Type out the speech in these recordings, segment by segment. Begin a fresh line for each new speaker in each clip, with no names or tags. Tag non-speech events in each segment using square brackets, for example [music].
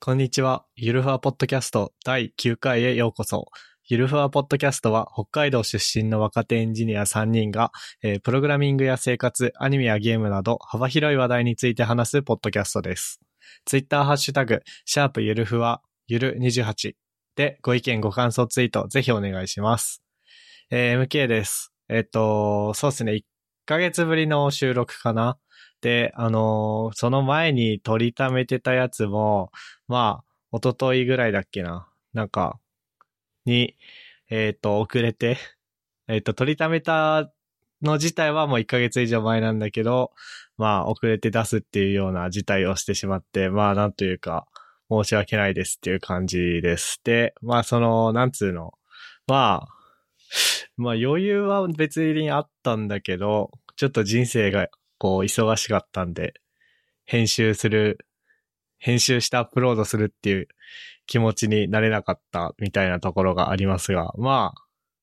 こんにちは。ゆるふわポッドキャスト第9回へようこそ。ゆるふわポッドキャストは北海道出身の若手エンジニア3人が、えープログラミングや生活、アニメやゲームなど幅広い話題について話すポッドキャストです。ツイッターハッシュタグ、シャープゆるふわ、ゆる28でご意見ご感想ツイートぜひお願いします。えー MK です。えっと、そうですね。1ヶ月ぶりの収録かな。で、あのーその前に取りためてたやつも、まあ、一昨日ぐらいだっけな。なんか、に、えっ、と、遅れて、 [laughs] えっ、と、取りためたの自体はもう1ヶ月以上前なんだけど、まあ、遅れて出すっていうような事態をしてしまって、まあ、なんというか、申し訳ないですっていう感じです。で、まあ、その、なんつうの、まあ、まあ、余裕は別にあったんだけど、ちょっと人生が、こう、忙しかったんで、編集する編集してアップロードするっていう気持ちになれなかったみたいなところがありますが、まあ、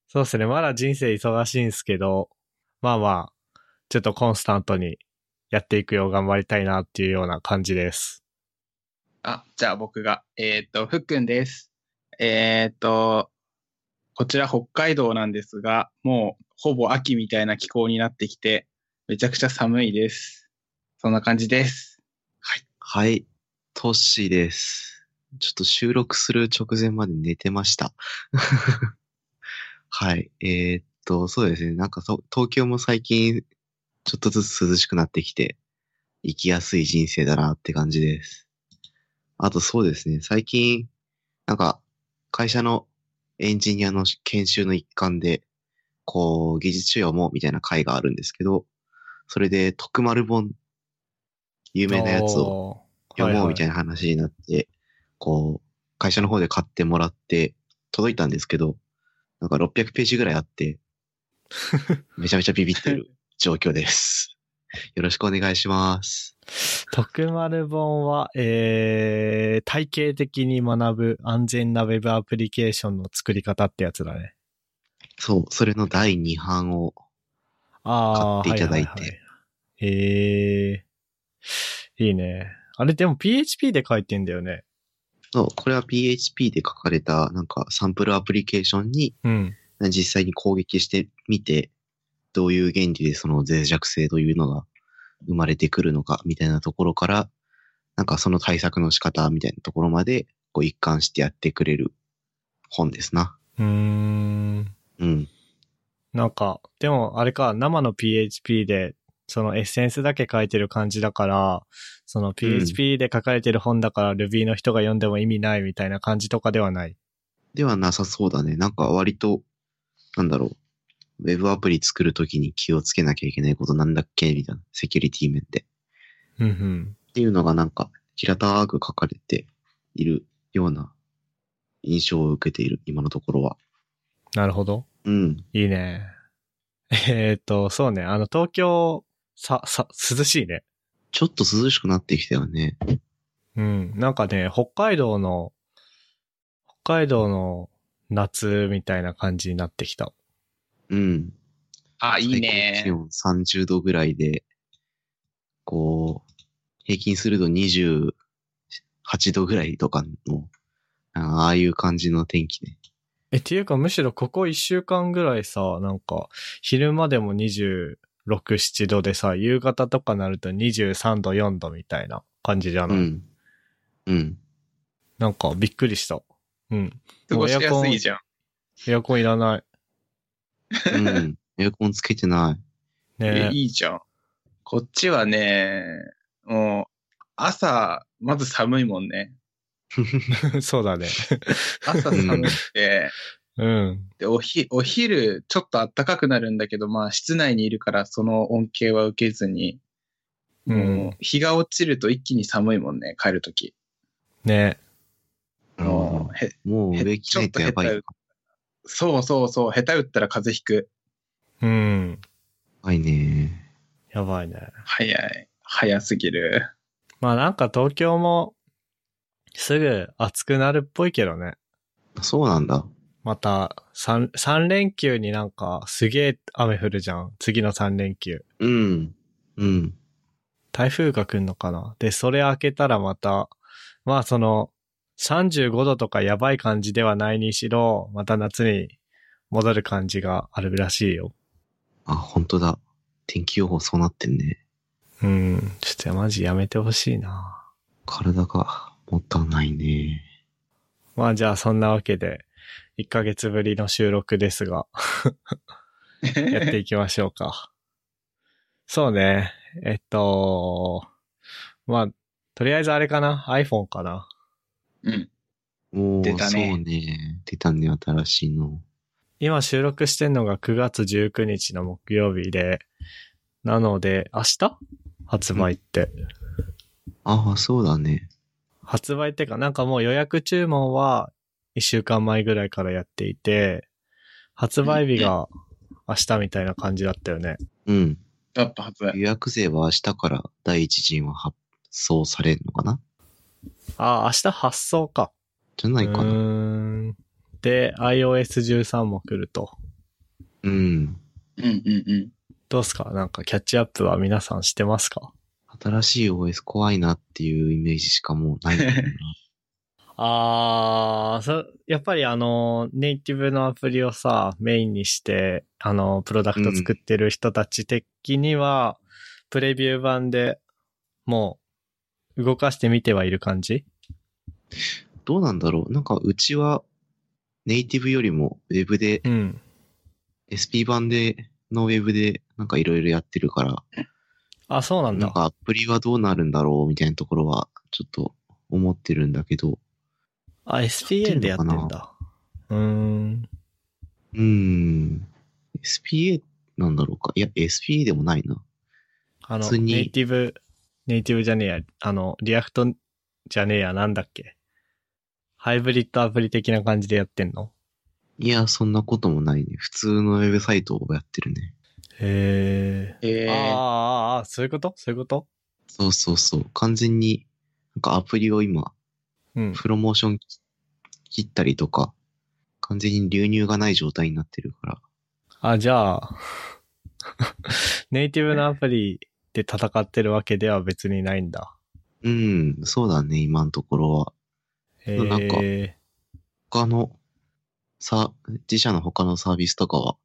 そうですね、まだ人生忙しいんですけど、まあまあ、ちょっとコンスタントにやっていくよう頑張りたいなっていうような感じです。
あ、じゃあ僕が、えーっと、ふっくんです。えーっと、こちら北海道なんですが、もうほぼ秋みたいな気候になってきて、めちゃくちゃ寒いです。そんな感じです。
はい、トッシーです。ちょっと収録する直前まで寝てました。 [laughs] はい、えーっと、そうですね、なんかそう東京も最近ちょっとずつ涼しくなってきて、生きやすい人生だなって感じです。あとそうですね、最近、なんか会社のエンジニアの研修の一環で、こう、技術用もみたいな会があるんですけど、それで特丸本、有名なやつを
おー
読もうみたい
は
な話になって、こう、会社の方で買ってもらって、届いたんですけど、なんか600ページぐらいあって、めちゃめちゃビビってる状況です。よろしくお願いします。
いはい。特丸本は、えー、体系的に学ぶ安全なウェブアプリケーションの作り方ってやつだね。
そう、それの第2版を、
ああ、
買っていただいて
はははへえいいね。あれでも PHP で書いてんだよね。
そう、これは PHP で書かれた、なんかサンプルアプリケーションに
うん。
実際に攻撃してみて、どういう原理でその脆弱性というのが生まれてくるのかみたいなところから、なんかその対策の仕方みたいなところまでこう一貫してやってくれる本ですな。
うーん。
うん。
なんか、でもあれか、生の PHP で、そのエッセンスだけ書いてる感じだから、その PHP で書かれてる本だから Ruby の人が読んでも意味ないみたいな感じとかではない。
ではなさそうだね。なんか割と、なんだろう。ウェブアプリ作るときに気をつけなきゃいけないことなんだっけみたいな。セキュリティ面で。
うんうん。
っていうのがなんか平たく書かれているような印象を受けている。今のところは。
なるほど。
うん。
いいね。えーっと、そうね。あの、東京、さ、さ、涼しいね。
ちょっと涼しくなってきたよね。
うん。なんかね、北海道の、北海道の夏みたいな感じになってきた。
うん。
あ、いい
最
ね。
高気温30度ぐらいで、こう、平均すると28度ぐらいとかの、ああいう感じの天気ね。
え、っていうかむしろここ一週間ぐらいさ、なんか、昼間でも26、7度でさ、夕方とかなると23度、4度みたいな感じじゃ
う
ない、
ん。うん。
なんかびっくりした。うん。
過ごしやすいじゃん。
エアコンいらない。
うん。 [laughs] エアコンつけてない。
え
ね
いいじゃん。こっちはね、もう、朝、まず寒いもんね。
[laughs] そうだね。
朝寒くて、
うん。
で、おひ、お昼、ちょっと暖かくなるんだけど、まあ、室内にいるから、その恩恵は受けずに、
うん
もう、日が落ちると一気に寒いもんね、帰るとき。
ね
もうへ
もう上着ないとやばい。
ちょっと減っ
や
たそうそうそう、下手打ったら風邪ひく。
うん。
ばいね。
やばいね。
早い。早すぎる。
まあなんか東京も、すぐ暑くなるっぽいけどね。
そうなんだ。
また、三、三連休になんか、すげえ雨降るじゃん。次の三連休。
うん。うん。
台風が来んのかなで、それ明けたらまた、まあその、 35度とかやばい感じではないにしろ、また夏に戻る感じがあるらしいよ。
あ、本当だ。天気予報そうなってんね。
うん。ちょっとマジやめてほしいな。
体が持たないね。
まあじゃあそんなわけで、1ヶ月ぶりの収録ですが、やっていきましょうか。そうね。えっと、まあ、とりあえずあれかな ?iPhone かな
[laughs] うん。
おー、
出たね
そうね。出たね、新しいの。
今収録してんのが9月19日の木曜日で、なので、明日発売って。
ああ、そうだね。
発売ってか、なんかもう予約注文は1週間前ぐらいからやっていて、発売日が明日みたいな感じだったよね。
うん。
だったはず。
予約税は明日から第一陣は発送されるのかな
ああ、明日発送か。
じゃないか
うー
な。
ん。で、iOS13 も来ると。
うん。
うんうんうん。
どうすかなんかキャッチアップは皆さんしてますか
新しい OS 怖いなっていうイメージしかもうないからな。
あー、そ、やっぱりあの、ネイティブのアプリをさ、メインにして、あの、プロダクト作ってる人たち的には、プレビュー版でもう、動かしてみてはいる感じ
どうなんだろうなんかうちはネイティブよりもウェブで、
うん。
SP 版でのウェブでなんかいろいろやってるから、
あ、そうなん
な
だ
ん。かアプリはどうなるんだろうみたいなところはちょっと思ってるんだけど、
あ、SPA でやってんだ。うーん。
うーん、SPA なんだろうかいや、SPA でもないな。
あの、
普通に
ネイティブ、ネイティブじゃねえや、あの、リアクトじゃねえや、なんだっけ。ハイブリッドアプリ的な感じでやってんの
いや、そんなこともないね。普通のウェブサイトをやってるね。
へー。
えー、
あーあーあー、そういうことそういうこと
そうそうそう。完全に、なんかアプリを今、
うん。
プロモーション切ったりとか、完全に流入がない状態になってるから。
あ、じゃあ、 [laughs] ネイティブのアプリで戦ってるわけでは別にないんだ。
うん、そうだね、今のところは。
へ
んか
ー。
他の、さ、自社の他のサービスとかは、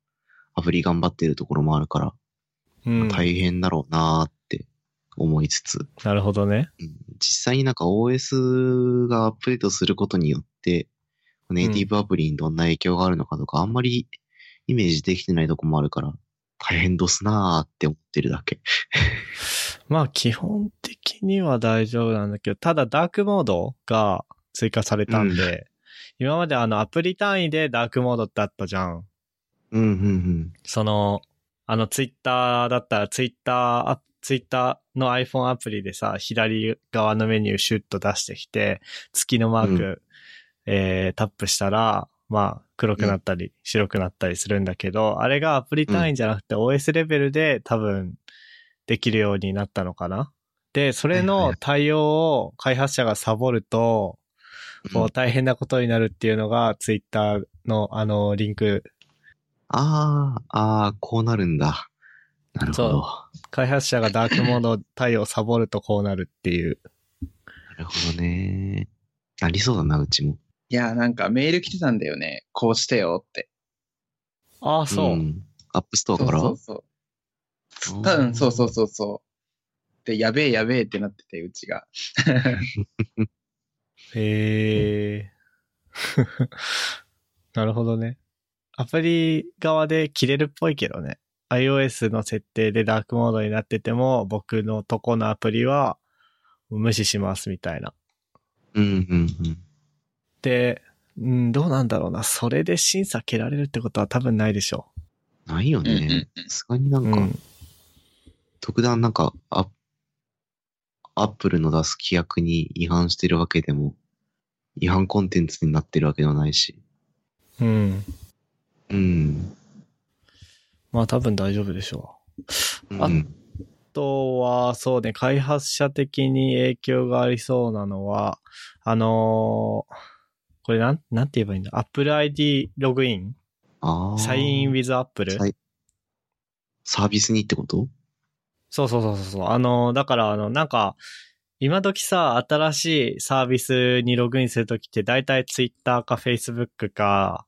アプリ頑張ってるところもあるから、
うん、
大変だろうなーって思いつつ、
なるほどね。
うん実際になんか OS がアップデートすることによって、ネイティブアプリにどんな影響があるのかとか、あんまりイメージできてないとこもあるから、大変どすなーって思ってるだけ。
まあ基本的には大丈夫なんだけど、ただダークモードが追加されたんで、今まであのアプリ単位でダークモードってあったじゃん。
うん、うん、うん。
その、あのツイッターだったらツイッターあ、ツイッターの iPhone アプリでさ、左側のメニューシュッと出してきて、月のマーク、
う
えータップしたら、まあ、黒くなったり、白くなったりするんだけど、あれがアプリ単位じゃなくて OS レベルで多分できるようになったのかな。で、それ
はいはい
の
は
対応を開発者がサボると、こ
う
うん大変なことになるっていうのが、ツイッターのあの、リンク
あー、あー、こうなるんだ。なるほ
そう
ど。
開発者がダークモード対応サボるとこうなるっていう。
なるほどね。ありそうだな、うちも。
いや、なんかメール来てたんだよね。こうしてよって。
ああ、そう。
んアップストア
そう
から
そうそう。多
うん
分、そうそうそうそう。で、やべえやべえってなってて、うちが。
へえ。 [laughs] なるほどね。アプリ側で切れるっぽいけどね。iOS の設定でダークモードになってても、僕のとこのアプリは無視しますみたいな。
うんうんうん。
で、うん、どうなんだろうな。それで審査蹴られるってことは多分ないでしょ
ないよ
うんうんうん
ね。さすがにな
う。
んか、特段なんか、アップアップルの出す規約に違反してるわけでも、違反コンテンツになってるわけではないし。
うん。うん。
うん。
まあ多分大丈夫でしょう。
うん
ああとは、そうね、開発者的に影響がありそうなのは、あのーこれなん、なんて言えばいいんだ ?Apple ID ログイン
あ
サイン with Apple?
サイサービスにってこと
そうそうそうそう。あのーだから、あの、なんか、今時さ、新しいサービスにログインするときって、だいたい Twitter か Facebook か、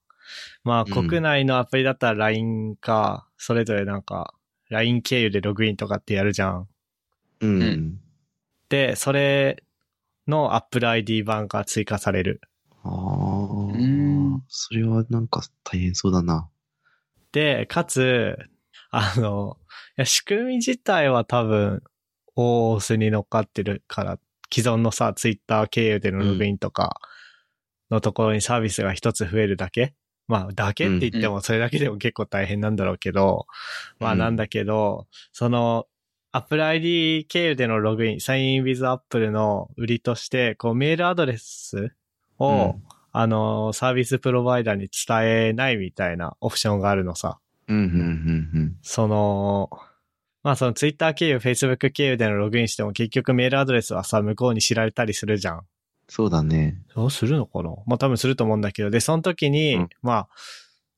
まあ、
うん
国内のアプリだったら LINE か、それぞれなんか、LINE 経由でログインとかってやるじゃん。
うん。
うん
で、それの Apple ID 版が追加される。
あ
ー
あ
ん、
それはなんか大変そうだな。
で、かつ、あの、いや仕組み自体は多分、OS に乗っかってるから、既存のさ、ツイッター経由でのログインとかのところにサービスが一つ増えるだけ、まあ、だけって言っても、それだけでも結構大変なんだろうけど、まあ
うん
なんだけど、その、Apple ID 経由でのログイン、サイン with Apple の売りとして、こうメールアドレスを、
うん
あの、サービスプロバイダーに伝えないみたいなオプションがあるのさ。
うん、うん、
その、まあその Twitter 経由、Facebook 経由でのログインしても結局メールアドレスはさ、向こうに知られたりするじゃん。
そうだね。
そうするのかなまあ多分すると思うんだけど、で、その時に、
うん
まあ、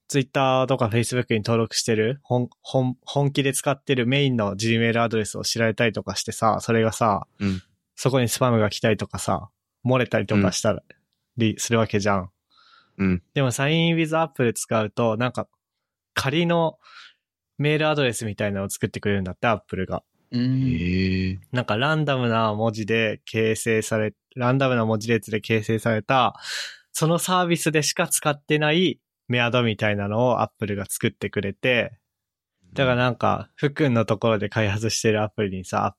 ツイッターとかフェイスブックに登録してる、本、本、本気で使ってるメインの Gmail アドレスを知られたりとかしてさ、それがさ、
うん
そこにスパムが来たりとかさ、漏れたりとかしたりするわけじゃん。
うん
でも Sign with Apple 使うと、なんか、仮のメールアドレスみたいなのを作ってくれるんだって、Apple が。
うん。
へえ。
なんかランダムな文字で形成され、ランダムな文字列で形成された、そのサービスでしか使ってないメアドみたいなのを Apple が作ってくれて、だからなんか、ふくんのところで開発してるアプリにさ、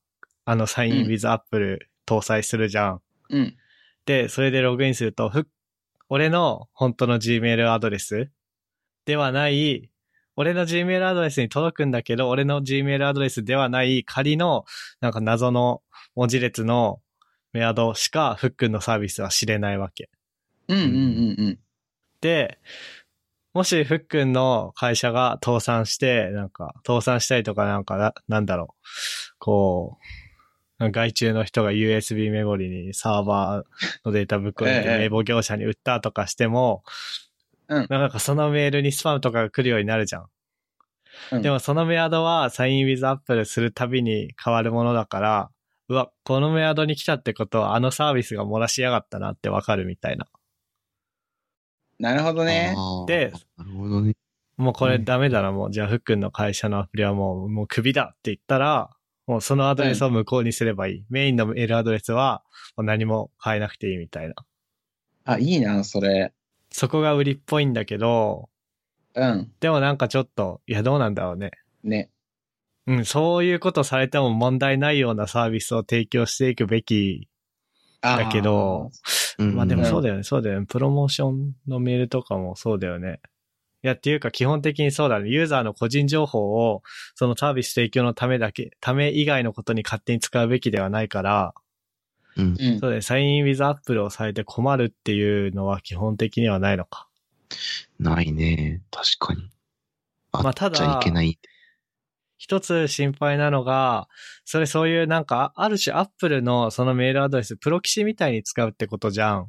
あのサイン
うん
with Apple 搭載するじゃん。
うん。
で、それでログインすると、ふっ俺の本当の Gmail アドレスではない、俺の Gmail アドレスに届くんだけど、俺の Gmail アドレスではない仮の、なんか謎の文字列のメアドしか、ふっくんのサービスは知れないわけ。
うん。うん。うん。
で、もしふっくんの会社が倒産して、なんか、倒産したりとかなんかな、なんだろう。こう、外注の人が USB メモリにサーバーのデータぶっ込んで
ええ
名簿業者に売ったとかしても、
うん
なんかそのメールにスパムとかが来るようになるじゃん。
うん
でもそのメアドはサインウィズアップルするたびに変わるものだから、うわ、このメアドに来たってことはあのサービスが漏らしやがったなってわかるみたいな。
なるほどね。
あー
で、
なるほどね。
もうこれ
うん
ダメだな、もう。じゃあ、ふっくんの会社のアプリはもう、もうクビだって言ったら、もうそのアドレスを無効にすればいい。メインのメールアドレスは、もう何も変えなくていいみたいな。
あ、いいな、それ。
そこが売りっぽいんだけど、
うん。
でもなんかちょっと、いや、どうなんだろうね。
ね。
うん、そういうことされても問題ないようなサービスを提供していくべき。
あ
だ
ー
けど、
うん
まあでもそうだよね、そうだよね。プロモーションのメールとかもそうだよね。いや、っていうか基本的にそうだね。ユーザーの個人情報を、そのサービス提供のためだけ、ため以外のことに勝手に使うべきではないから、
うん。
うん
そう。だね。サインウィズアップルをされて困るっていうのは基本的にはないのか。
ないね。確かに。
ま
あ
あ
った
だ
ちゃいけない。
一つ心配なのが、それそういうなんか、ある種アップルのそのメールアドレス、プロキシみたいに使うってことじゃん。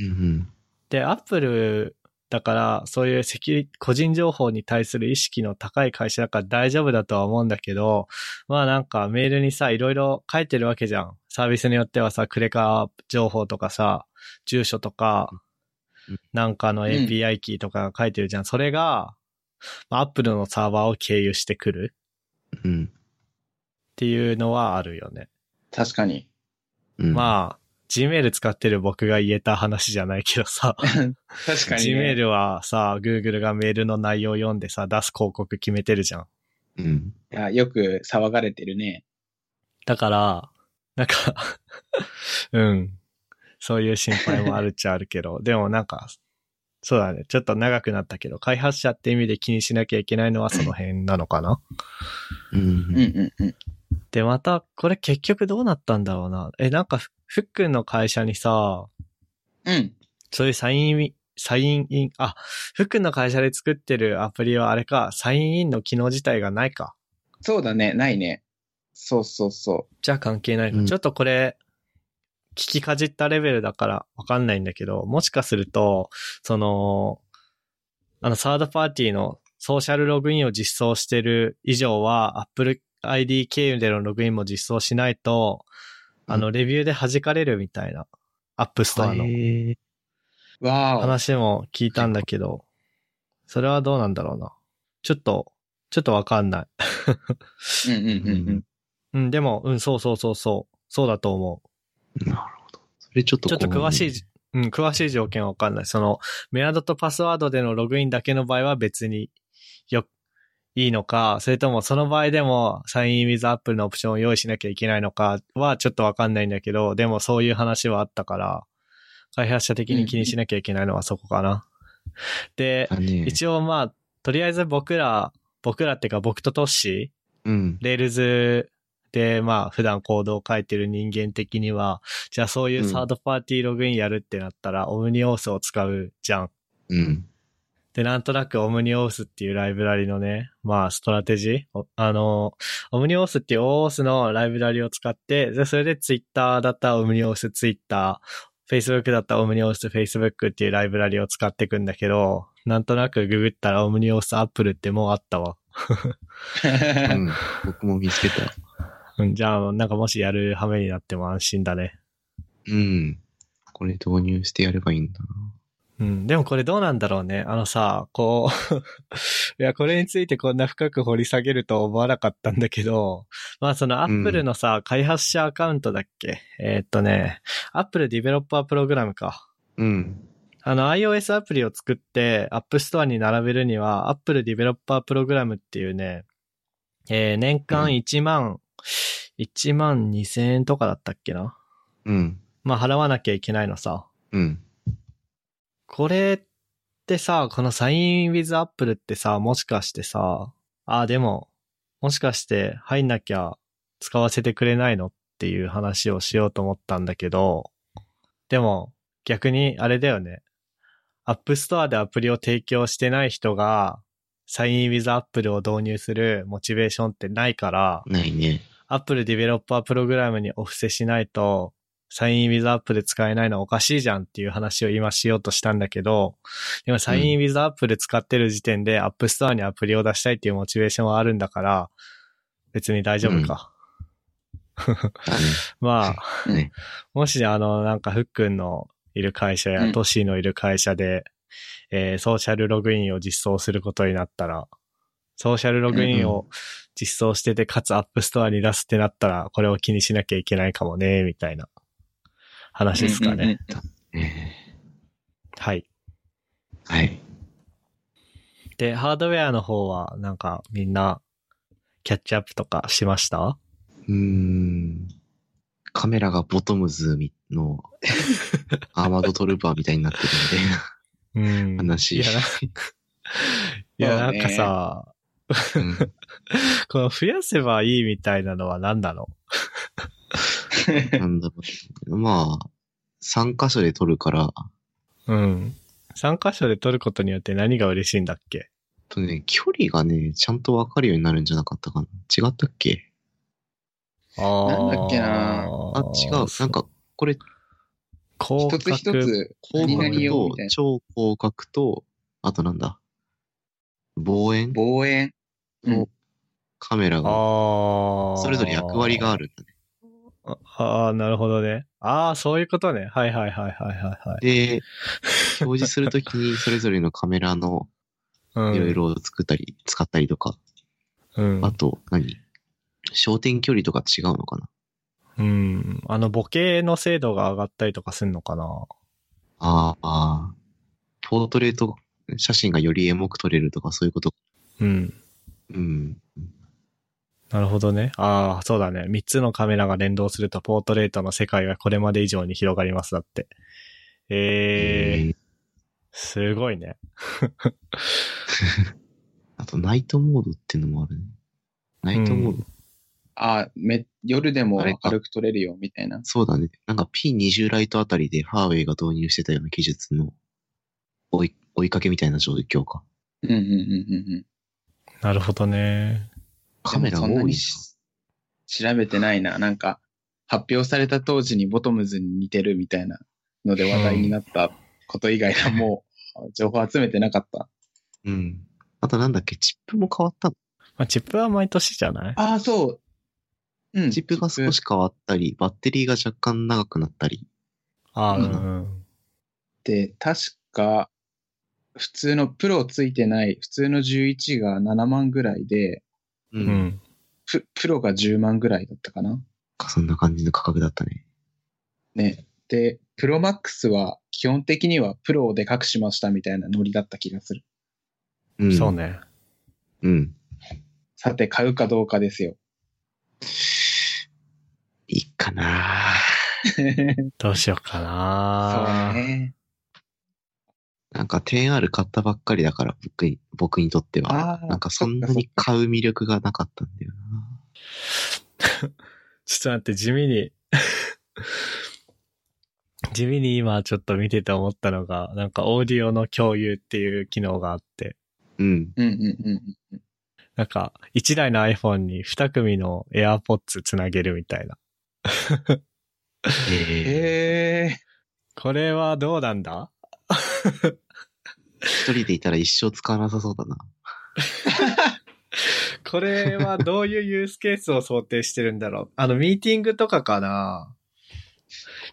うん
で、アップルだから、そういうセキュリ個人情報に対する意識の高い会社だから大丈夫だとは思うんだけど、まあなんかメールにさ、いろいろ書いてるわけじゃん。サービスによってはさ、クレカ情報とかさ、住所とか
うん、
なんかの
うん
API キーとかが書いてるじゃん。それが、まあアップルのサーバーを経由してくる
うん。うん。
っていうのはあるよね。
確
[laughs]
かに。
うん、
まあ、Gmail 使ってる僕が言えた話じゃないけどさ。
確かに、ね。
Gmail はさ、Google がメールの内容を読んでさ、出す広告決めてるじゃん。
うん。
いやよく騒がれてるね。
だから、なんか、 [laughs] うん。そういう心配もあるっちゃあるけど、 [laughs] でもなんか、そうだね。ちょっと長くなったけど、開発者って意味で気にしなきゃいけないのはその辺なのかな。 [laughs]
うん。
うん
うん。
うんうん。
で、また、これ結局どうなったんだろうな。え、なんかふ、ふっくんの会社にさ、
うん。
そういうサインイン、サインイン、あ、ふっくんの会社で作ってるアプリはあれか、サインインの機能自体がないか。
そうだね。ないね。そうそうそ
じゃあ関係ないか。
うん
ちょっとこれ、聞きかじったレベルだからわかんないんだけど、もしかすると、その、あの、サードパーティーのソーシャルログインを実装してる以上は、Apple ID 経由でのログインも実装しないと、あの、レビューで弾かれるみたいな、アップストアの
へー
わあ。
話も聞いたんだけど、それはどうなんだろうな。ちょっと、ちょっとわかんない。
うんうんうん [laughs] うん。
うん、でも、うん、そうそうそうそう。そうだと思
なるほど。それちょっ
う。
と
ちょっと詳しい
こ
じ、うん、詳しい条件はわかんない。その、メアドとパスワードでのログインだけの場合は別によ、いいのか、それともその場合でもサインインウィズアップルのオプションを用意しなきゃいけないのかはちょっとわかんないんだけど、でもそういう話はあったから、開発者的に気にしなきゃいけないのはそこかな。で、
うね、
一応まあ、とりあえず僕ら、僕らってか僕とトッシー、
うん。
レールズで、まあ、普段コードを書いてる人間的には、じゃあそういうサードパーティーログインやるってなったら、オムニオースを使うじゃん。
うん。
で、なんとなくオムニオースっていうライブラリのね、まあ、ストラテジーおあの、オムニオースっていうオースのライブラリを使って、で、それでツイッターだったらオムニオースツイッター、Facebook だったらオムニオース Facebook っていうライブラリを使っていくんだけど、なんとなくググったらオムニオースアップルってもうあったわ。
うん。僕も見つけた。
うん、じゃあ、なんかもしやる羽目になっても安心だね。
うん。これ導入してやればいいんだな。
うん、でもこれどうなんだろうね。あのさ、こう、 [laughs] いや、これについてこんな深く掘り下げるとは思わなかったんだけど、まあそのアップルのさ、開発者アカウントだっけえーっとね、アップルディベロッパープログラムか。
うん。
あの iOS アプリを作ってアップストアに並べるには、アップルディベロッパープログラムっていうね、えー年間1万、1万2000円とかだったっけな
うん。
まあ払わなきゃいけないのさ。
うん。
これってさ、このサインウィズアップルってさ、もしかしてさ、あ、でも、もしかして入んなきゃ使わせてくれないのっていう話をしようと思ったんだけど、でも逆にあれだよね。アップストアでアプリを提供してない人が、サインウィズアップルを導入するモチベーションってないから、
ないね。
アップルディベロッパープログラムにお布施しないと、サインウィズアップル使えないのはおかしいじゃんっていう話を今しようとしたんだけど、でもサインウィズアップル使ってる時点でアップストアにアプリを出したいっていうモチベーションはあるんだから、別に大丈夫か。
だね。
まあ、
ね
もしあの、なんかふっくんのいる会社
う
や
ん
トシーのいる会社で、えーソーシャルログインを実装することになったら、ソーシャルログインを実装してて、かつアップストアに出すってなったら、これを気にしなきゃいけないかもね、みたいな話ですかね。
うんうんうん。
え
はい。
ーはい。
で、ハードウェアの方は、なんかみんな、キャッチアップとかしました
うーん。カメラがボトムズ
[laughs]
のアーマードトルーパーみたいになってる
[laughs] うん。い
話
や、なんかいや、なんかさ、
ので。
[laughs] この増やせばいいみたいなのは何なの
うん、なんだろう。まあ、3箇所で撮るから、
うん。3箇所で撮ることによって何が嬉しいんだっけ
とね、距離がね、ちゃんとわかるようになるんじゃなかったかな。違ったっけ
あー
なんだっけな
あ、違う。なんか、これ、
広
一
角
つ一つ、何
広
々
角
用
と
みたいな、
超広角と、あとなんだ、望遠
望遠。
のカメラが、
ああ。
それぞれ役割があるんだね。
ああー、なるほどね。ああ、そういうことね。はいはいはいはいはいはい。
で、表示すると
[laughs]
きにそれぞれのカメラの
うん
いろい。ろ作ったり、使ったりとか、
うん
あ。と何、焦点距離とか違うのかな
うん。あの、ボケの精度が上がったりとかすんのかな
あーあー、ポートレート写真がよりエモく撮れるとかそういうこと。
うん。
うん。
なるほどね。ああ、そうだね。3つのカメラが連動すると、ポートレートの世界がこれまで以上に広がります。だって。ええー、
えー
すごいね。
あと、ナイトモードっていうのもあるね。ナイトモード、
あ、め、夜でも
あれか
明るく撮れるよ、みたいな。
そうだね。なんか P20 ライトあたりでハーウェイが導入してたような技術の追い追いかけみたいな状況か。
うんうんうんうんうん。
なるほどね。
カメラ
で
多
もそん
い
な
な
に。し調べてないな。なんか、発表された当時にボトムズに似てるみたいなので話題になったこと以外はもう、情報集めてなか
[laughs]
った。
うん。あとなんだっけ、チップも変わったの
まあ、チップは毎年じゃない
ああ、そう。うん
チップが少し変わったり、バッテリーが若干長くなったり。
ああ、う
うんん
うん。
で、確か、普通のプロついてない、普通の11が7万ぐらいで、
う。
うんん。
ププロが10万ぐらいだったかな。
かそんな感じの価格だったね。
ね。で、プロマックスは基本的にはプロをでかくしましたみたいなノリだった気がする。
うん。
そう。ね。
うん。
さて、買うかどうかですよ。
いいかな
[laughs] そう
どうしようかな。
ね。
なんか 10R 買ったばっかりだから、僕に、僕にとっては
あ。ー
なんかそんなに買う魅力がなかったんだよな。
ちょっと待って、地味に。地味に今ちょっと見てて思ったのが、なんかオーディオの共有っていう機能があって、
うん。
うんうんうん。
なんか1台の iPhone に2組の AirPods つなげるみたいな。
え
へえ。
これはどうなんだ
ー、一人でいたら一生使わなさそうだな。
これはどういうユースケースを想定してるんだろう。 [laughs] あの、ミーティングとかかな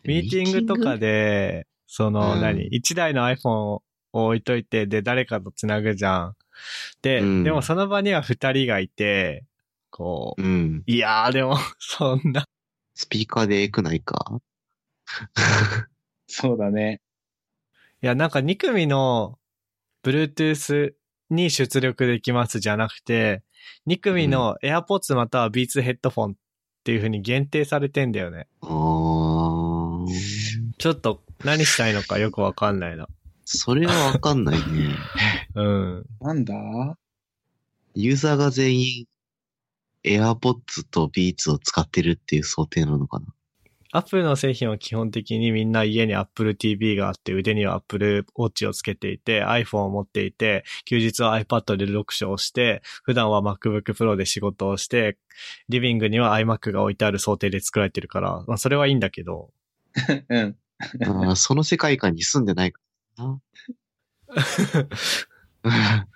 ミーティングとかで、その、
うん
何、一台の iPhone を置いといて、で、誰かと繋ぐじゃん。で、
うん
でもその場には二人がいて、こう、
うん。
いやーでも、 [laughs] そんな、
スピーカーでエくないか
そうだね。
いや、なんか2組の Bluetooth に出力できますじゃなくて、2組の AirPods または Beats ヘッドフォンっていう風に限定されてんだよね。
あー。
ちょっと何したいのかよくわかんないな。
それはわかんないね。 [laughs]
うん。
なんだ
ユーザーが全員 AirPods と Beats を使ってるっていう想定なのかな。
アップルの製品は基本的にみんな家に Apple TV があって、腕には Apple Watch をつけていて、iPhone を持っていて、休日は iPad で読書をして、普段は MacBook Pro で仕事をして、リビングには iMac が置いてある想定で作られてるから、まあそれはいいんだけど、 [laughs]
うん。
あーその世界観に住んでないから [laughs] な。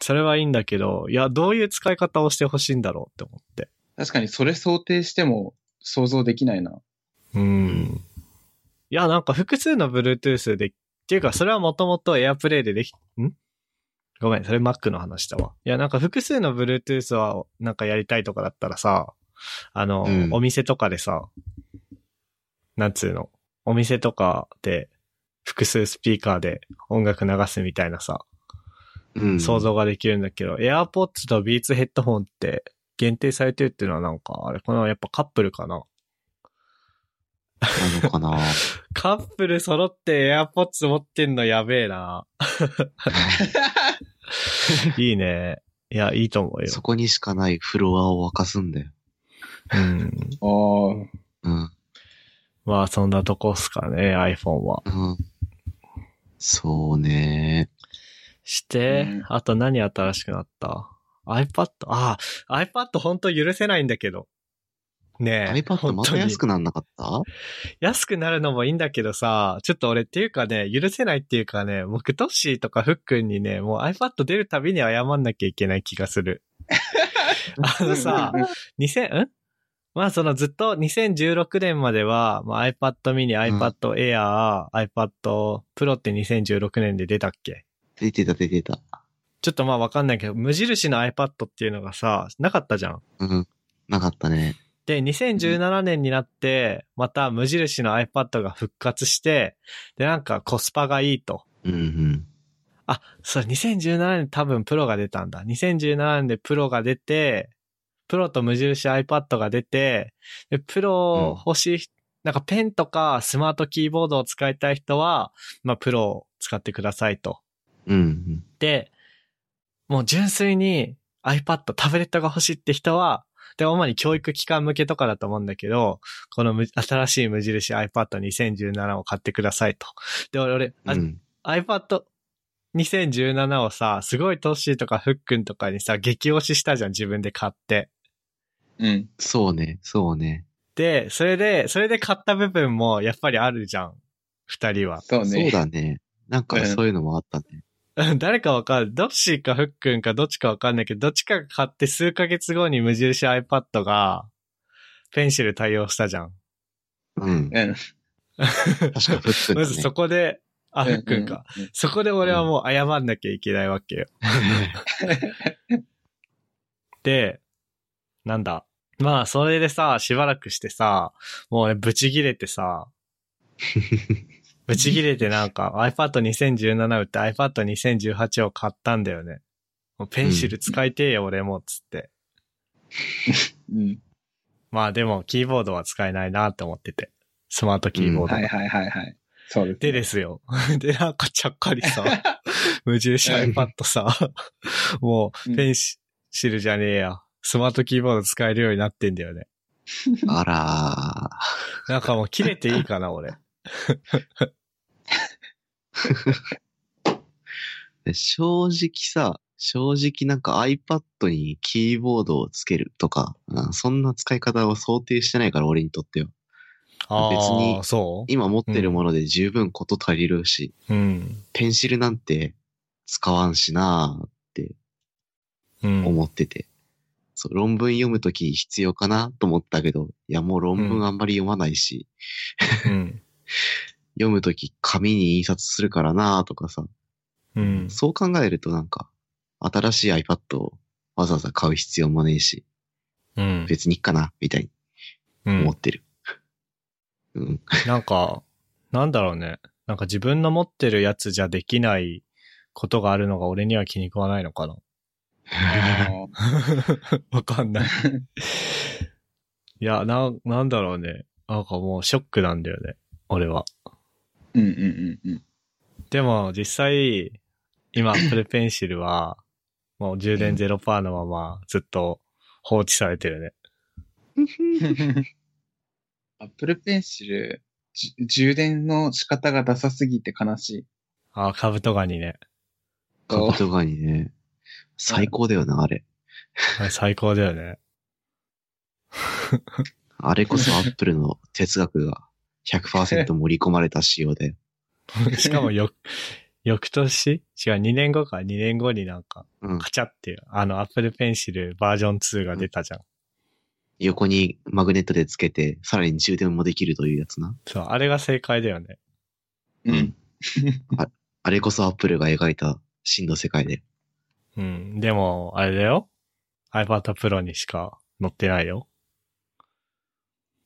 それはいいんだけど、いや、どういう使い方をしてほしいんだろうって思って。
確かにそれ想定しても想像できないな。
うん。いや、なんか複数の Bluetooth で、っていうかそれはもともと AirPlay ででき、んごめん、それ Mac の話だわ。いや、なんか複数の Bluetooth は、なんかやりたいとかだったらさ、あの、
うん
お店とかでさ、なんつうの、お店とかで、複数スピーカーで音楽流すみたいなさ、
うん
想。像ができるんだけど、AirPods と Beats ヘッドホンって限定されてるっていうのはなんか、あれ、このやっぱカップルかな
なの
[laughs]
かな。
カップル揃って AirPods 持ってんのやべえな。 [laughs] いいね。いや、いいと思うよ。
そこにしかないフロアを沸かすんだよ。
うん。
ああ。
うん。
まあ、そんなとこっすかね、iPhone は。
うん、そうね。
して、
うん
あと何新しくなった ?iPad? ああ、iPad 本当許せないんだけど。ねえ。
iPad また安く
な
なんなかった
安くなるのもいいんだけどさ、ちょっと俺っていうかね、許せないっていうかね、僕トッシーとかフックンにね、もう iPad 出るたびに謝んなきゃいけない気がす
[laughs]
る。あのさ、2000、んまあそのずっと2016年までは、まあ、iPad mini、iPad Air、iPad Pro って2016年で出たっけ
出てた出てた。
ちょっとまあわかんないけど、無印の iPad っていうのがさ、なかったじゃん。
うん。なかったね。
で、2017年になって、また無印の iPad が復活して、で、なんかコスパがいいと。
うんうん。
あ、そう、2017年多分プロが出たんだ。2017年でプロが出て、プロと無印 iPad が出て、で、プロ欲しい、なんかペンとかスマートキーボードを使いたい人は、まあ、プロを使ってくださいと。
うんうん。
で、もう純粋に iPad、タブレットが欲しいって人は、で、主に教育機関向けとかだと思うんだけど、この無新しい無印 iPad2017 を買ってくださいと。で、俺、俺、あ
うん、
iPad 2017をさ、すごいトッシーとかフックンとかにさ、激推ししたじゃん、自分で買って。
うん。
そうね、そうね。
で、それで、それで買った部分もやっぱりあるじゃん、二人は。 [laughs]
そうね。
そうだね。なんか
うん
そういうのもあったね。
誰かわかる、トッシーかフックンかどっちかわかんないけど、どっちかが買って数ヶ月後に無印 iPad が、ペンシル対応したじゃん。
うん。
うん。
確かフック
ま
だ
ず
ね
そ。こで、あ、ふっくんか。
うんうん
そこで俺はもう謝んなきゃいけないわけよ。で、なんだ。まあ、それでさ、しばらくしてさ、もう俺ブチギレてさ、ブチギレてなんか iPad 2017売って iPad 2018を買ったんだよね。もうペンシル使いてえよ、俺も、つって。
うん。うん
まあでも、キーボードは使えないなって思ってて。スマートキーボード。
はいはいはいはい。そうです。
でですよ。 [laughs] で、なんかちゃっかりさ、無印 iPad さ、もうペンシルじゃねえや。スマートキーボード使えるようになってんだよね。
[laughs] あら
なんかもう切れていいかな、俺。
ー。正直さ、正直なんか iPad にキーボードをつけるとか、うんそんな使い方を想定してないから俺にとっては。
あ
別
あ、
に
そ
今持ってるもので十分こと足りるし、
ううん。
ペンシルなんて使わんしなーって
うん。
思ってて。そう、論文読むとき必要かなと思ったけど、いやもう論文あんまり読まないし、
うん。
読むとき紙に印刷するからなーとかさ、
うん。
そう考えるとなんか、新しい iPad をわざわざ買う必要もねえし、
うん。
別にいっかな、みたいに
うん
思ってる。
[laughs]
うん。
なんか、なんだろうね。なんか自分の持ってるやつじゃできないことがあるのが俺には気に食わないのかな。 [laughs]
あの
わかんない。いや、な、なんだろうね。なんかもうショックなんだよね。俺は。
うんうんうんうん。
でも実際、今、プルペンシルは、もう充電0%のままずっと放置されてるね。
[laughs] アップルペンシル、じ充電の仕方がダサすぎて悲しい。
あ、カブトガニね。
カブトガニね。最高だよな、あれ。
あれ最高だよね。
あれこそアップルの哲学が100%盛り込まれた仕様で。
[laughs] しかもよ、翌年違う、2年後か、2年後になんか、
うん。
カチャっていう、あの、Apple Pencil バージョン2が出たじゃん。
横にマグネットでつけて、さらに充電もできるというやつな。
そう、あれが正解だよね。
う。 [laughs]
あれこそアップルが描いた真の世界で。
うん。でも、あれだよ。iPad Pro にしか載ってないよ。っ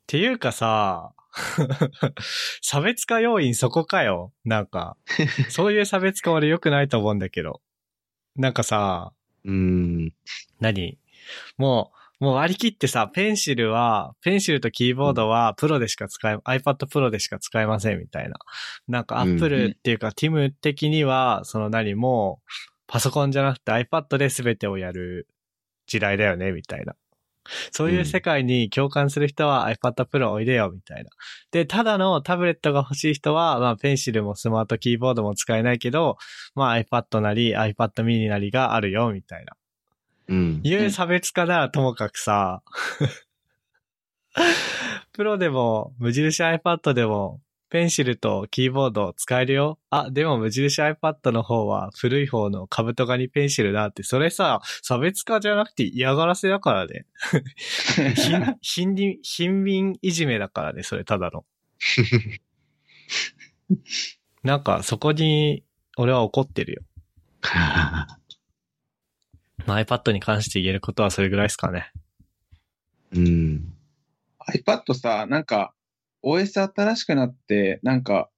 ていうかさ、 [laughs] 差別化要因そこかよ。なんか、そういう差別化俺良くないと思うんだけど。なんかさ、
うーん。
何もう、もう割り切ってさ、ペンシルは、ペンシルとキーボードはプロでしか使え、iPad プロでしか使えませんみたいな。なんか
うん
Apple っていうか、ティム的には、その何も、パソコンじゃなくて iPad で全てをやる時代だよね、みたいな。そういう世界に共感する人は iPad Pro おいでよ、みたいな。で、ただのタブレットが欲しい人は、まあ、ペンシルもスマートキーボードも使えないけど、まあ、iPad なり iPad mini なりがあるよ、みたいな。
うん。
言う差別化ならともかく [laughs] さ、プロでも、無印 iPad でも、ペンシルとキーボード使えるよ。あ、でも無印 iPad の方は古い方のカブトガニペンシルだって、それさ、差別化じゃなくて嫌がらせだから [laughs] ね。貧貧民、貧民いじめだからね、それただ [laughs] の。なんかそこに、俺は怒ってるよ。まあ iPad に関して言えることはそれぐらいですかね。
[laughs] うん。
iPad さ、なんか、OS 新しくなって、なんか、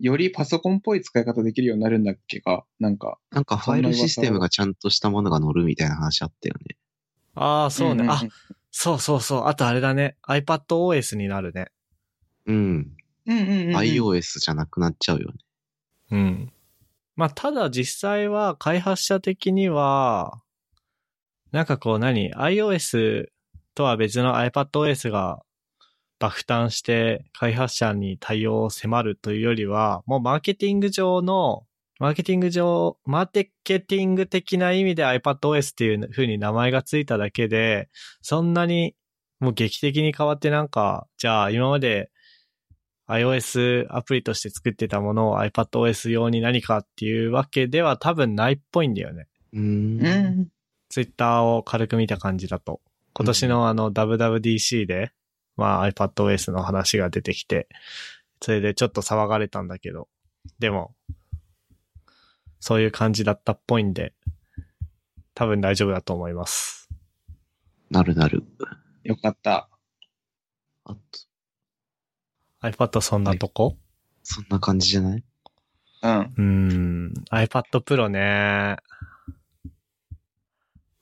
よりパソコンっぽい使い方できるようになるんだっけかなんか。
なんかファイルシステムがちゃんとしたものが乗るみたいな話あったよね。
ああ、そうね。
んんん
あ、そうそうそう。あとあれだね。iPadOS になるね。
うん。
うんうんうんうん。
iOS じゃなくなっちゃうよね。
うん。まあ、ただ実際は開発者的には、なんかこう何 ?iOS とは別の iPadOS が爆誕して開発者に対応を迫るというよりは、もうマーケティング上の、マーケティング上、マーケティング的な意味で iPadOS っていう風に名前がついただけで、そんなにもう劇的に変わってなんか、じゃあ今まで iOS アプリとして作ってたものを iPadOS 用に何かっていうわけでは多分ないっぽいんだよね。
うーん
うん
Twitter を軽く見た感じだと。今年のあの WWDC でまあ iPadOS の話が出てきて、それでちょっと騒がれたんだけど、でも、そういう感じだったっぽいんで、多分大丈夫だと思います。
なるなる。
よかった。
あと、
iPad そんなとこ、
そんな感じじゃない
うん。
うーん、iPad Pro ね。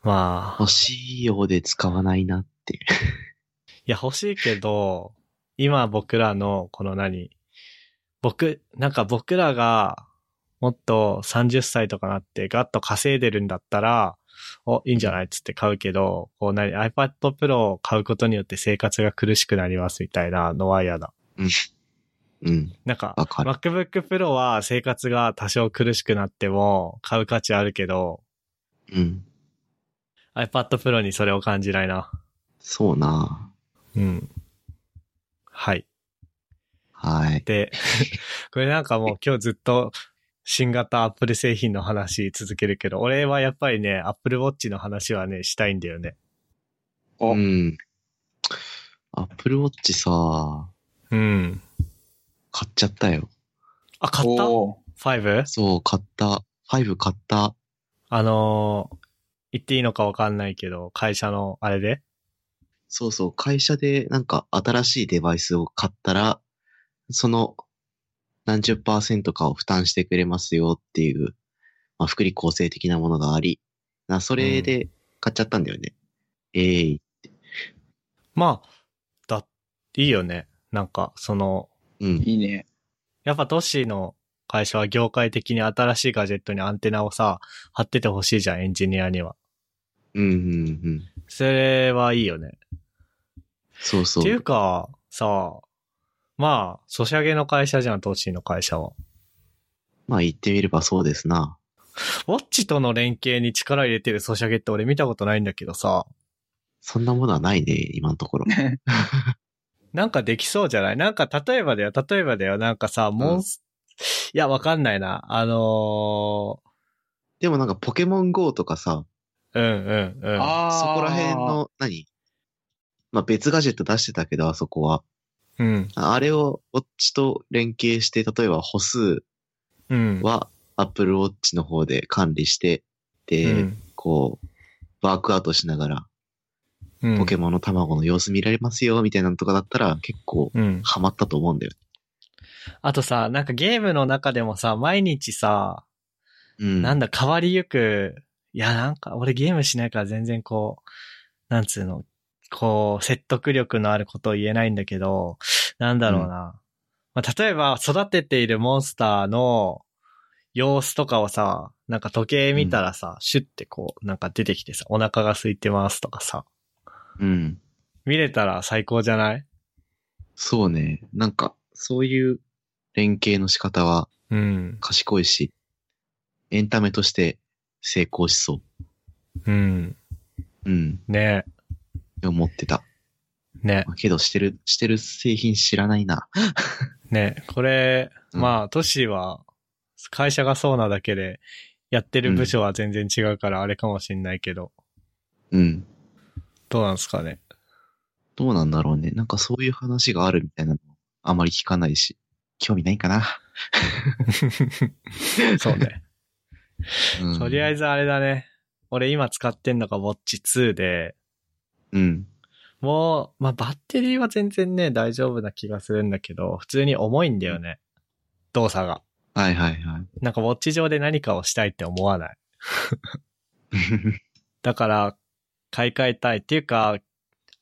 まあ、
欲しいようで使わないなって。
いや欲しいけど、今僕らのこの何、僕、なんか僕らがもっと30歳とかなってガッと稼いでるんだったら、お、いいんじゃないっつって買うけど、こう何、iPad Pro を買うことによって生活が苦しくなりますみたいなのは嫌だ。
うん、
なんか、
わかる。
MacBook Pro は生活が多少苦しくなっても買う価値あるけど、
うん。
iPad Pro にそれを感じないな。
そうな
うん。はい。
はい。
で、 [laughs] これなんかもう今日ずっと新型 Apple 製品の話続けるけど、俺はやっぱりね、Apple Watch の話はね、したいんだよね。
お、
うん。Apple Watch さ、
うん。
買っちゃったよ。
あ、買った
おー
?5?
そう、買った。5買った。
あのー言っていいのかわかんないけど、会社のあれで
そうそう、会社でなんか新しいデバイスを買ったら、その何十パーセントかを負担してくれますよっていう、まあ、福利厚生的なものがあり、なそれで買っちゃったんだよね。ええ
まあ、だ、いいよね。なんか、その、
うん、
いいね。
やっぱ都市の会社は業界的に新しいガジェットにアンテナをさ、貼っててほしいじゃん、エンジニアには。
うん、うん、うん。
それはいいよね。
そうそ
っていう
う。
か、さ、まあ、ソシャゲの会社じゃん、トッシーの会社は。
まあ言ってみればそうですな。
ウォッチとの連携に力入れてるソシャゲって俺見たことないんだけどさ、
そんなものはないね、今のところ。
なんかできそうじゃないなんか例えばだよ、例えばだよ、なんかさ、モンス、いや、わかんないな。あの
でもなんかポケモン GO とかさ、
ー、うんうんうん。
あー
そこら辺の、何まあ別ガジェット出してたけど、あそこは。
うん。
あれをウォッチと連携して、例えば歩数
うん。
は Apple Watch の方で管理して、
う
で、
ん
こう、ワークアウトしながら、
うん
ポケモンの卵の様子見られますよ、みたいなのとかだったら、結構、
うん。
ハマったと思うんだよ。
あとさ、なんかゲームの中でもさ、毎日さ、
うん。
なんだ、変わりゆく、いや、なんか、俺ゲームしないから全然こう、なんつうの、こう、説得力のあることを言えないんだけど、なんだろうな。まあ、例えば、育てているモンスターの様子とかをさ、なんか時計見たらさ、シュッてこう、なんか出てきてさ、お腹が空いてますとかさ、
うん。
見れたら最高じゃない
そうね。なんか、そういう連携の仕方は
うん。
賢いし、エンタメとして成功しそ
うん。
う。うん。
ね
思ってた。
え、ねえ。
まあけど、してる、してる製品知らないな。
ね、これ、
うん
まあ、都市は、会社がそうなだけで、やってる部署は全然違うからあれかもしんないけど、
うん。
どうなんです
[laughs]
かね。
どうなんだろうね。なんかそういう話があるみたいなの、あまり聞かないし、興味ないかな。
そうね。
うん
とりあえずあれだね。俺今使ってんのが Watch 2で、
うん。
もう、まあバッテリーは全然ね、大丈夫な気がするんだけど、普通に重いんだよね。動作が。
はいはいはい。 [laughs]
なんか Watch 上で何かをしたいって思わない。だから、買い替えたい。っていうか、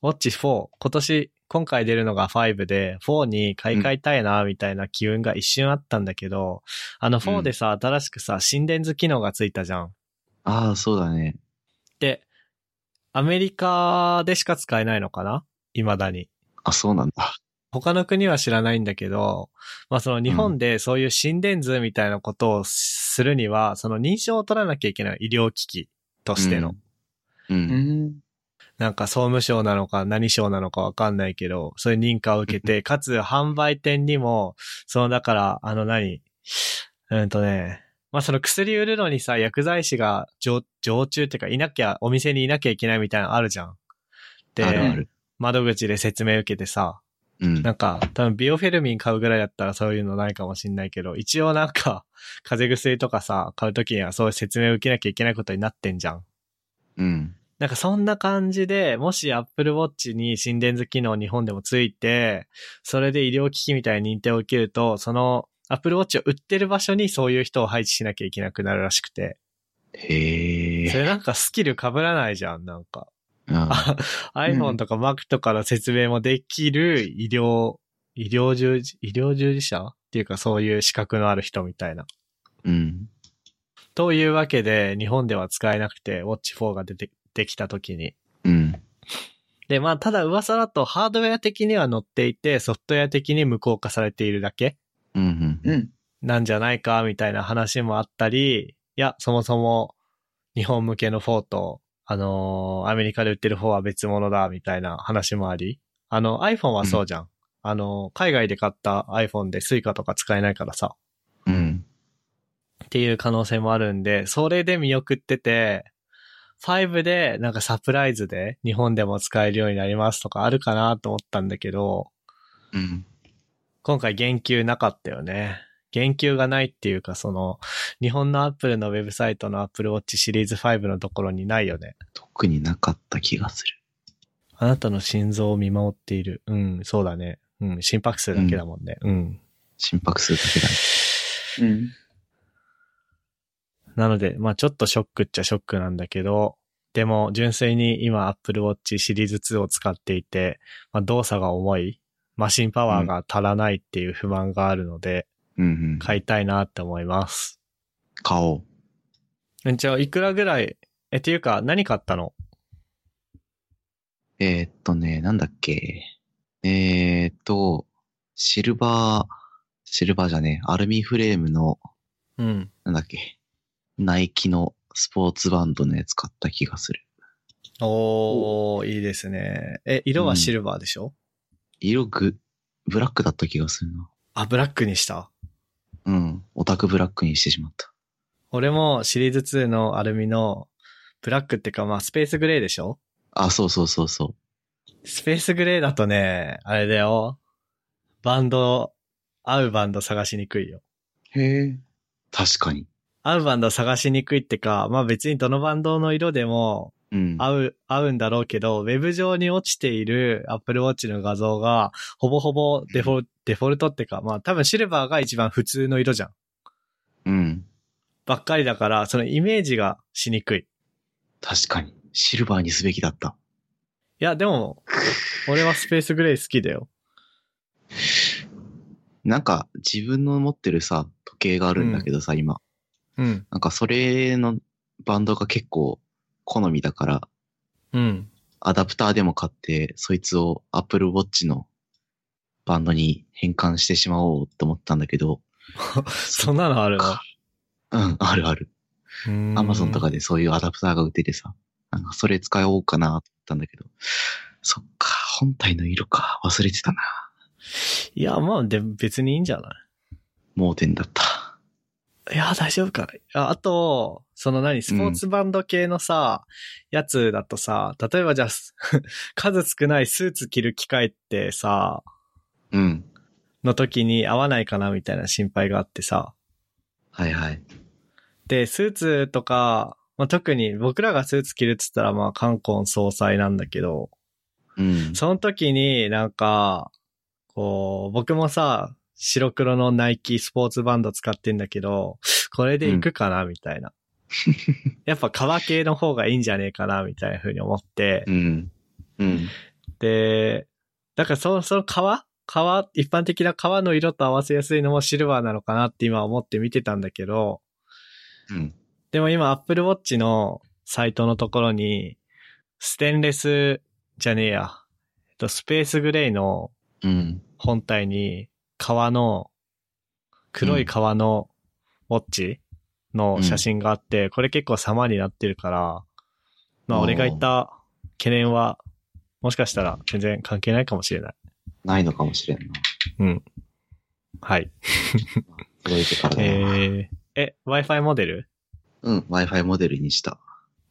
Watch 4、今年、今回出るのが5で、4に買い替えたいな、みたいな機運が一瞬あったんだけど、あの4でさ、新しくさ、心電図機能がついたじゃん。
ああ、そうだね。
で、アメリカでしか使えないのかな未だに。
あ、そうなんだ。
他の国は知らないんだけど、まあその日本でそういう心電図みたいなことをするには、その認証を取らなきゃいけない医療機器としての。
うん。
う
うん。
ん。
なんか総務省なのか何省なのかわかんないけど、そういう認可を受けて、かつ販売店にも、そのだから、あの何、うんとね、まあその薬売るのにさ、薬剤師が常常駐っていうかいなきゃ、お店にいなきゃいけないみたいなのあるじゃん。で、
あるある。
窓口で説明受けてさ、
うん。
なんか、多分ビオフェルミン買うぐらいだったらそういうのないかもしんないけど、一応なんか、風邪薬とかさ、買うときにはそういう説明を受けなきゃいけないことになってんじゃん。
うん。
なんかそんな感じで、もし Apple Watch に心電図機能日本でもついて、それで医療機器みたいに認定を受けると、その Apple Watch を売ってる場所にそういう人を配置しなきゃいけなくなるらしくて。
へ
そ
え。
れなんかスキル被らないじゃん、なんか。
あ
iPhone とか Mac とかの説明もできる医療、医療従事、医療従事者っていうかそういう資格のある人みたいな。
うん。
というわけで、日本では使えなくて、Watch 4が出て、できた時に。
うん。
で、まあ、ただ噂だとハードウェア的には載っていて、ソフトウェア的に無効化されているだけ
うん。うん。
うん。
なんじゃないか、みたいな話もあったり、いや、そもそも日本向けの4と、あのーアメリカで売ってる4は別物だ、みたいな話もあり、あの、iPhone はそうじゃん。あのー海外で買った iPhone で Suica とか使えないからさ、
うん。
っていう可能性もあるんで、それで見送ってて、5でなんかサプライズで日本でも使えるようになりますとかあるかなと思ったんだけど、
うん。
今回言及なかったよね。言及がないっていうか、その、日本のアップルのウェブサイトのアップルウォッチシリーズ5のところにないよね。
特になかった気がする。
あなたの心臓を見守っている。うん、そうだね。うん、心拍数だけだもんね。うん。
心拍数だけだね。
うん。
なので、まあちょっとショックっちゃショックなんだけど、でも純粋に今 Apple Watch シリーズ2を使っていて、まあ動作が重い、マシンパワーが足らないっていう不満があるので、
うんうん。
買いたいなって思います。
買おう。
うんじゃあ、いくらぐらい、え、っていうか、何買ったの
えーっとね、なんだっけ。えーっと、シルバー、シルバーじゃねえ、アルミフレームの、
うん。
なんだっけ。ナイキのスポーツバンドのやつ買った気がする。
おー、いいですね。え、色はシルバーでしょ、
色グ、ブラックだった気がするな。
あ、ブラックにした。
うん。オタクブラックにしてしまった。
俺もシリーズ2のアルミの、ブラックってか、まあ、スペースグレーでしょ
あ、そうそうそうそ
スペースグレーだとね、あれだよ。バンド、合うバンド探しにくいよ。
へえ。
う。確かに。
合うバンド探しにくいってか、まあ別にどのバンドの色でも
うん。
合う、合うんだろうけど、ウェブ上に落ちている Apple Watch の画像が、ほぼほぼデフォル、デフォルトってか、まあ多分シルバーが一番普通の色じゃん。
うん。
ばっかりだから、そのイメージがしにくい。
確かに。シルバーにすべきだった。
いや、でも、俺はスペースグレー好きだよ。
なんか、自分の持ってるさ、時計があるんだけどさ、今。
うん。
なんか、それのバンドが結構好みだから、
うん。
アダプターでも買って、そいつを Apple Watch のバンドに変換してしまおうと思ったんだけど、
[laughs] そんなのあるの
かうん、あるある。Amazon とかでそういうアダプターが売っててさ、なんかそれ使おうかなと思ったんだけど、そっか、本体の色か、忘れてたな。
いや、まあ、で、別にいいんじゃな
盲点だった。
いいや、大丈夫かなああと、その何、スポーツバンド系のさ、やつだとさ、例えばじゃあ、 [laughs] す数少ないスーツ着る機会ってさ、
うん。
の時に合わないかなみたいな心配があってさ。
はいはい。
で、スーツとか、まあ、特に僕らがスーツ着るっつったら、まあ、冠婚総裁なんだけど、
うん。
その時になんか、こう、僕もさ、白黒のナイキスポーツバンド使ってんだけど、これでいくかな、みたい
[laughs]
な。やっぱ革系の方がいいんじゃねえかな、みたいな風に思って。
うん。うん。
で、だからその、その革革、一般的な革の色と合わせやすいのもシルバーなのかなって今思って見てたんだけど、
うん。
でも今 Apple Watch のサイトのところに、ステンレスじゃねえや、えっと、スペースグレーの
うん。
本体に革の、黒い革のウォッチの写真があって、これ結構様になってるから、まあ
おー
俺が言った懸念は、もしかしたら全然関係ないかもしれない。
ないのかもしれんな。
はい。
届いてからだな
えー、え、Wi-Fi モデル
うん、Wi-Fi モデルにした。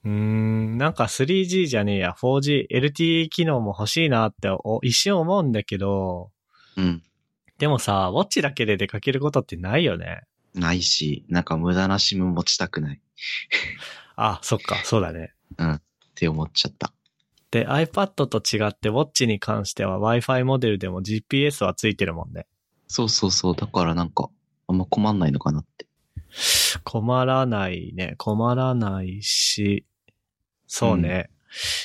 うーん、なんか 3G じゃねえや、4G、LTE 機能も欲しいなってお一瞬思うんだけど、
うん。
でもさ、ウォッチだけで出かけることってないよね。
ないし、なんか無駄なシム持ちたくない
あ、そっか、そうだね。
って思っちゃった。
で、iPad と違ってウォッチに関しては Wi-Fi モデルでも GPS はついてるもんね。
そうそうそう。だからなんか、あんま困んないのかなって。
困らないね。困らないし、そうね。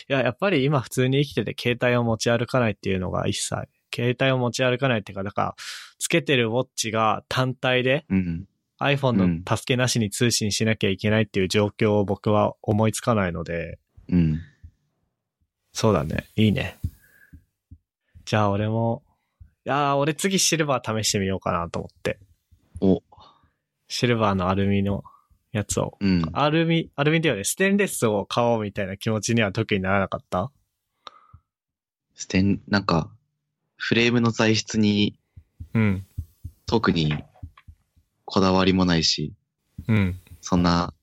いや、やっぱり今普通に生きてて携帯を持ち歩かないっていうのが一切。携帯を持ち歩かないっていうか、だから、つけてるウォッチが単体で
うん。う
iPhone
ん
の助けなしに通信しなきゃいけないっていう状況を僕は思いつかないので、
うん。
そうだね。いいね。じゃあ俺も、いやー俺次シルバー試してみようかなと思って。
お、
シルバーのアルミのやつを
うん。
アルミ、アルミだよね。ステンレスを買おうみたいな気持ちには特にならなかった
ステン、なんか、フレームの材質に
うん。
特にこだわりもないし、
[laughs] うん。
そんな、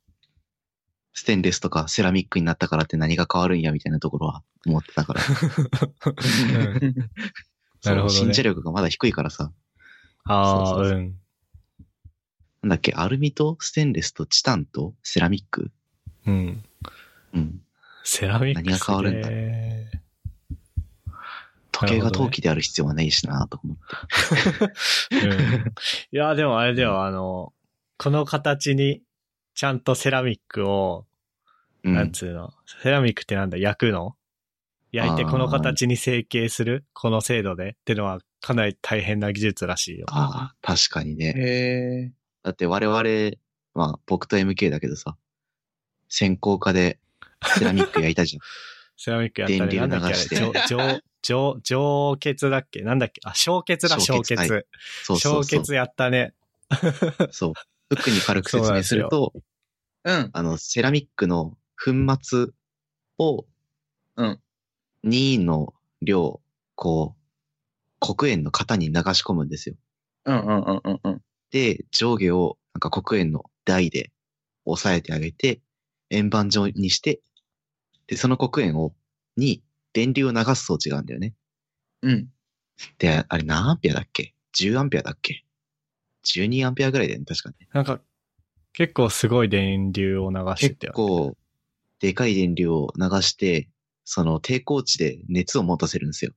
ステンレスとかセラミックになったからって何が変わるんやみたいなところは思ってたから。
[laughs] なるほどね
その信者力がまだ低いからさ、
ああ、
そうそう
う
そ
ん。
なんだっけ、アルミとステンレスとチタンとセラミック
うん。
うん。
セラミック
何が変わるんだ
んだ
時計が陶
器。
器である必要はないしなと思って。
うんいや、でもあれだよ、あの、この形に、ちゃんとセラミックを、
うん
なんつうの、セラミックってなんだ、焼くの焼いてこの形に成形するこの精度でってのはかなり大変な技術らしいよ。
ああ、確かにね。
へえ。
だって我々、まあ僕と MK だけどさ、専攻科でセラミック焼いた [laughs] じゃん。
セラミックやったり、
電流
なんだっけあ
流して
れ、上、上、上、上血だっけなんだっけあ、小血だ、小
小
血。
血はいそうそう
小
そう。
血やったね。
そう。フックに軽く説明すると、
うん。
あの、セラミックの粉末を、
うん。
任意の量、こう、黒鉛の型に流し込むんですよ。
うんうんうんうんうん。
で、上下を、なんか黒鉛の台で押さえてあげて、円盤状にして、で、その黒鉛を、に電流を流す装置があるんだよね。
うん。
で、あれ何アンペアだっけ ?10 アンペアだっけ ?12 アンペアぐらいだよね、確かね。
なんか、結構すごい電流を流して
結
たよ。
構、でかい電流を流して、その抵抗値で熱を持たせるんですよ。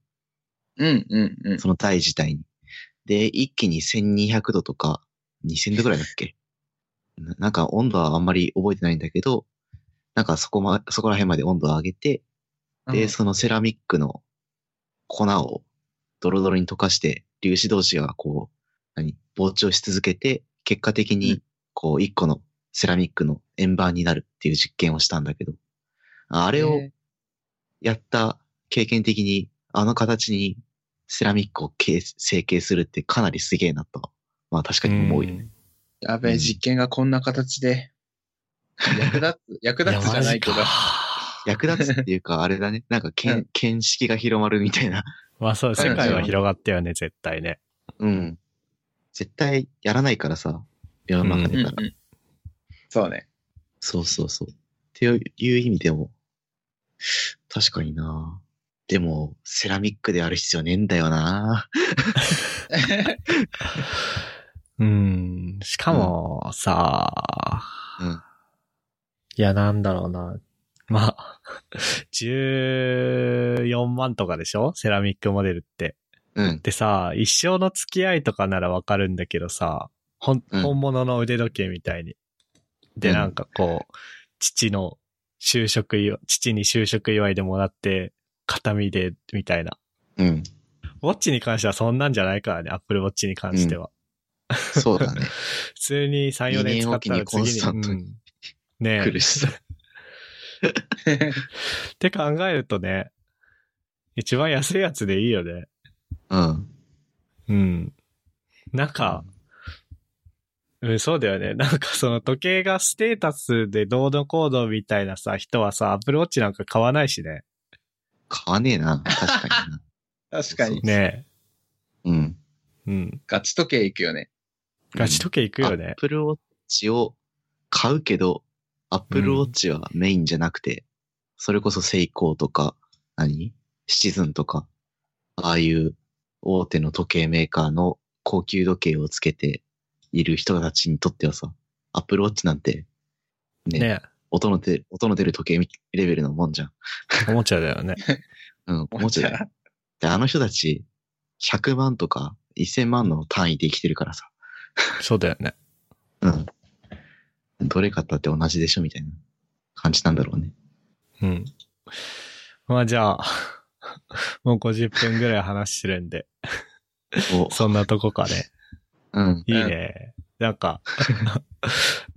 うんうんうん。
その台自体に。で、一気に1200度とか、2000度ぐらいだっけななんか温度はあんまり覚えてないんだけど、なんかそこま、そこら辺まで温度を上げて、
う
で、
ん
そのセラミックの粉をドロドロに溶かして、粒子同士がこう、何、膨張し続けて、結果的
う
に、こう、一個のセラミックの円盤になるっていう実験をしたんだけど、ああれを
へ
やった経験的に、あの形にセラミックを形成形するってかなりすげえなとは、まあ確かに思うよね。
ん
えやべ
う
え、
ん
実験がこんな形で。 [laughs] 役立つ、役立つじゃないけど
や。マジか
役立つってい
[laughs]
うか、あれだね。なんか見、
うん
見識が広まるみたいな。
まあそう、世界は広がったよね、絶対ね。
うん。絶対やらないからさ、世の中
うん
で
う
から。
ん。そうね。
そうそうそう。っていう意味でも、確かになでも、セラミックである必要ねえんだよな
うん。しかも、さ
うん。
いや、なんだろうな。まあ、14万とかでしょセラミックモデルって。
うん。
でさ、一生の付き合いとかならわかるんだけどさ、ほん、
うん
本物の腕時計みたいに。で、
うん
なんかこう、父の就職祝い、父に就職祝いでもらって、形見で、みたいな。
うん。
ウォッチに関してはそんなんじゃないからね、Apple Watch に関しては。
そう
[laughs]
だね。
普通に3、4年使ったら次に。
二年おきにコンスタントに
うんねえ
苦しさ。
って考えるとね、一番安いやつでいいよね。
うん。
うん。なんか、うん、そうだよね。なんかその時計がステータスでどうのこうのみたいなさ、人はさ、アップルウォッチなんか買わないしね。
買わねえな。確かにな。
確かに。
ね
うん。
え。うん。
ガチ時計行くよね。
ガチ時計行くよね
アッ。プルウォッチを買うけど、 Apple Watch はメインじゃなくて、それこそセイコーとか、何シチズンとか、ああいう大手の時計メーカーの高級時計をつけている人たちにとってはさ、Apple Watch なんて、ね、
ね
音の出る、音の出る時計レベルのもんじゃん。
おもちゃだよね。
うん、おもち
[laughs]
ゃだよで、あの人たち、100万とか1000万の単位で生きてるからさ。
そうだよね。
うん。どれ買ったって同じでしょみたいな感じなんだろうね。
うん。まあじゃあ、 [laughs] もう50分ぐらい話してるんで、
お
そんなとこかね。
うん。
いいね。なんか、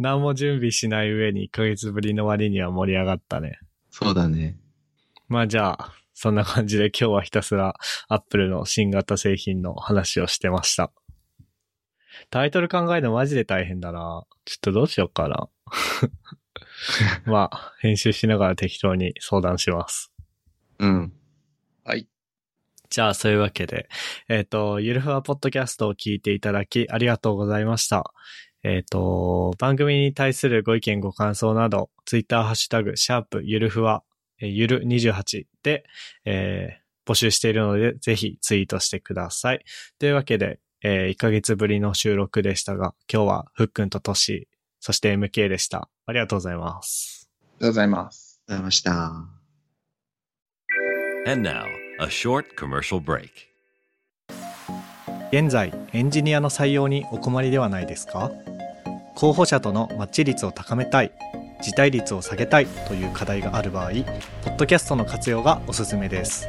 何も準備しない上に1ヶ月ぶりの割には盛り上がったね。
そうだね。
まあじゃあ、そんな感じで今日はひたすら Apple の新型製品の話をしてました。タイトル考えるのマジで大変だな。ちょっとどうしようかな。 [laughs] まあ、編集しながら適当に相談します。
うん。
はい。
じゃあ、そういうわけで、えっ、と、ゆるふわポッドキャストを聞いていただき、ありがとうございました。えっ、と、番組に対するご意見、ご感想など、ツイッターハッシュタグ、シャープ、ゆるふわ、えーゆる28で、えー募集しているので、ぜひツイートしてください。というわけで、え1ヶ月ぶりの収録でしたが、今日は、ふっくんととし、そして MK でした。ありがとうございます。
ありがとうございます。
ありがとうございました。
And now, a short commercial break.
現在エンジニアの採用にお困りではないですか候補者とのマッチ率を高めたい辞退率を下げたいという課題がある場合ポッドキャストの活用がおすすめです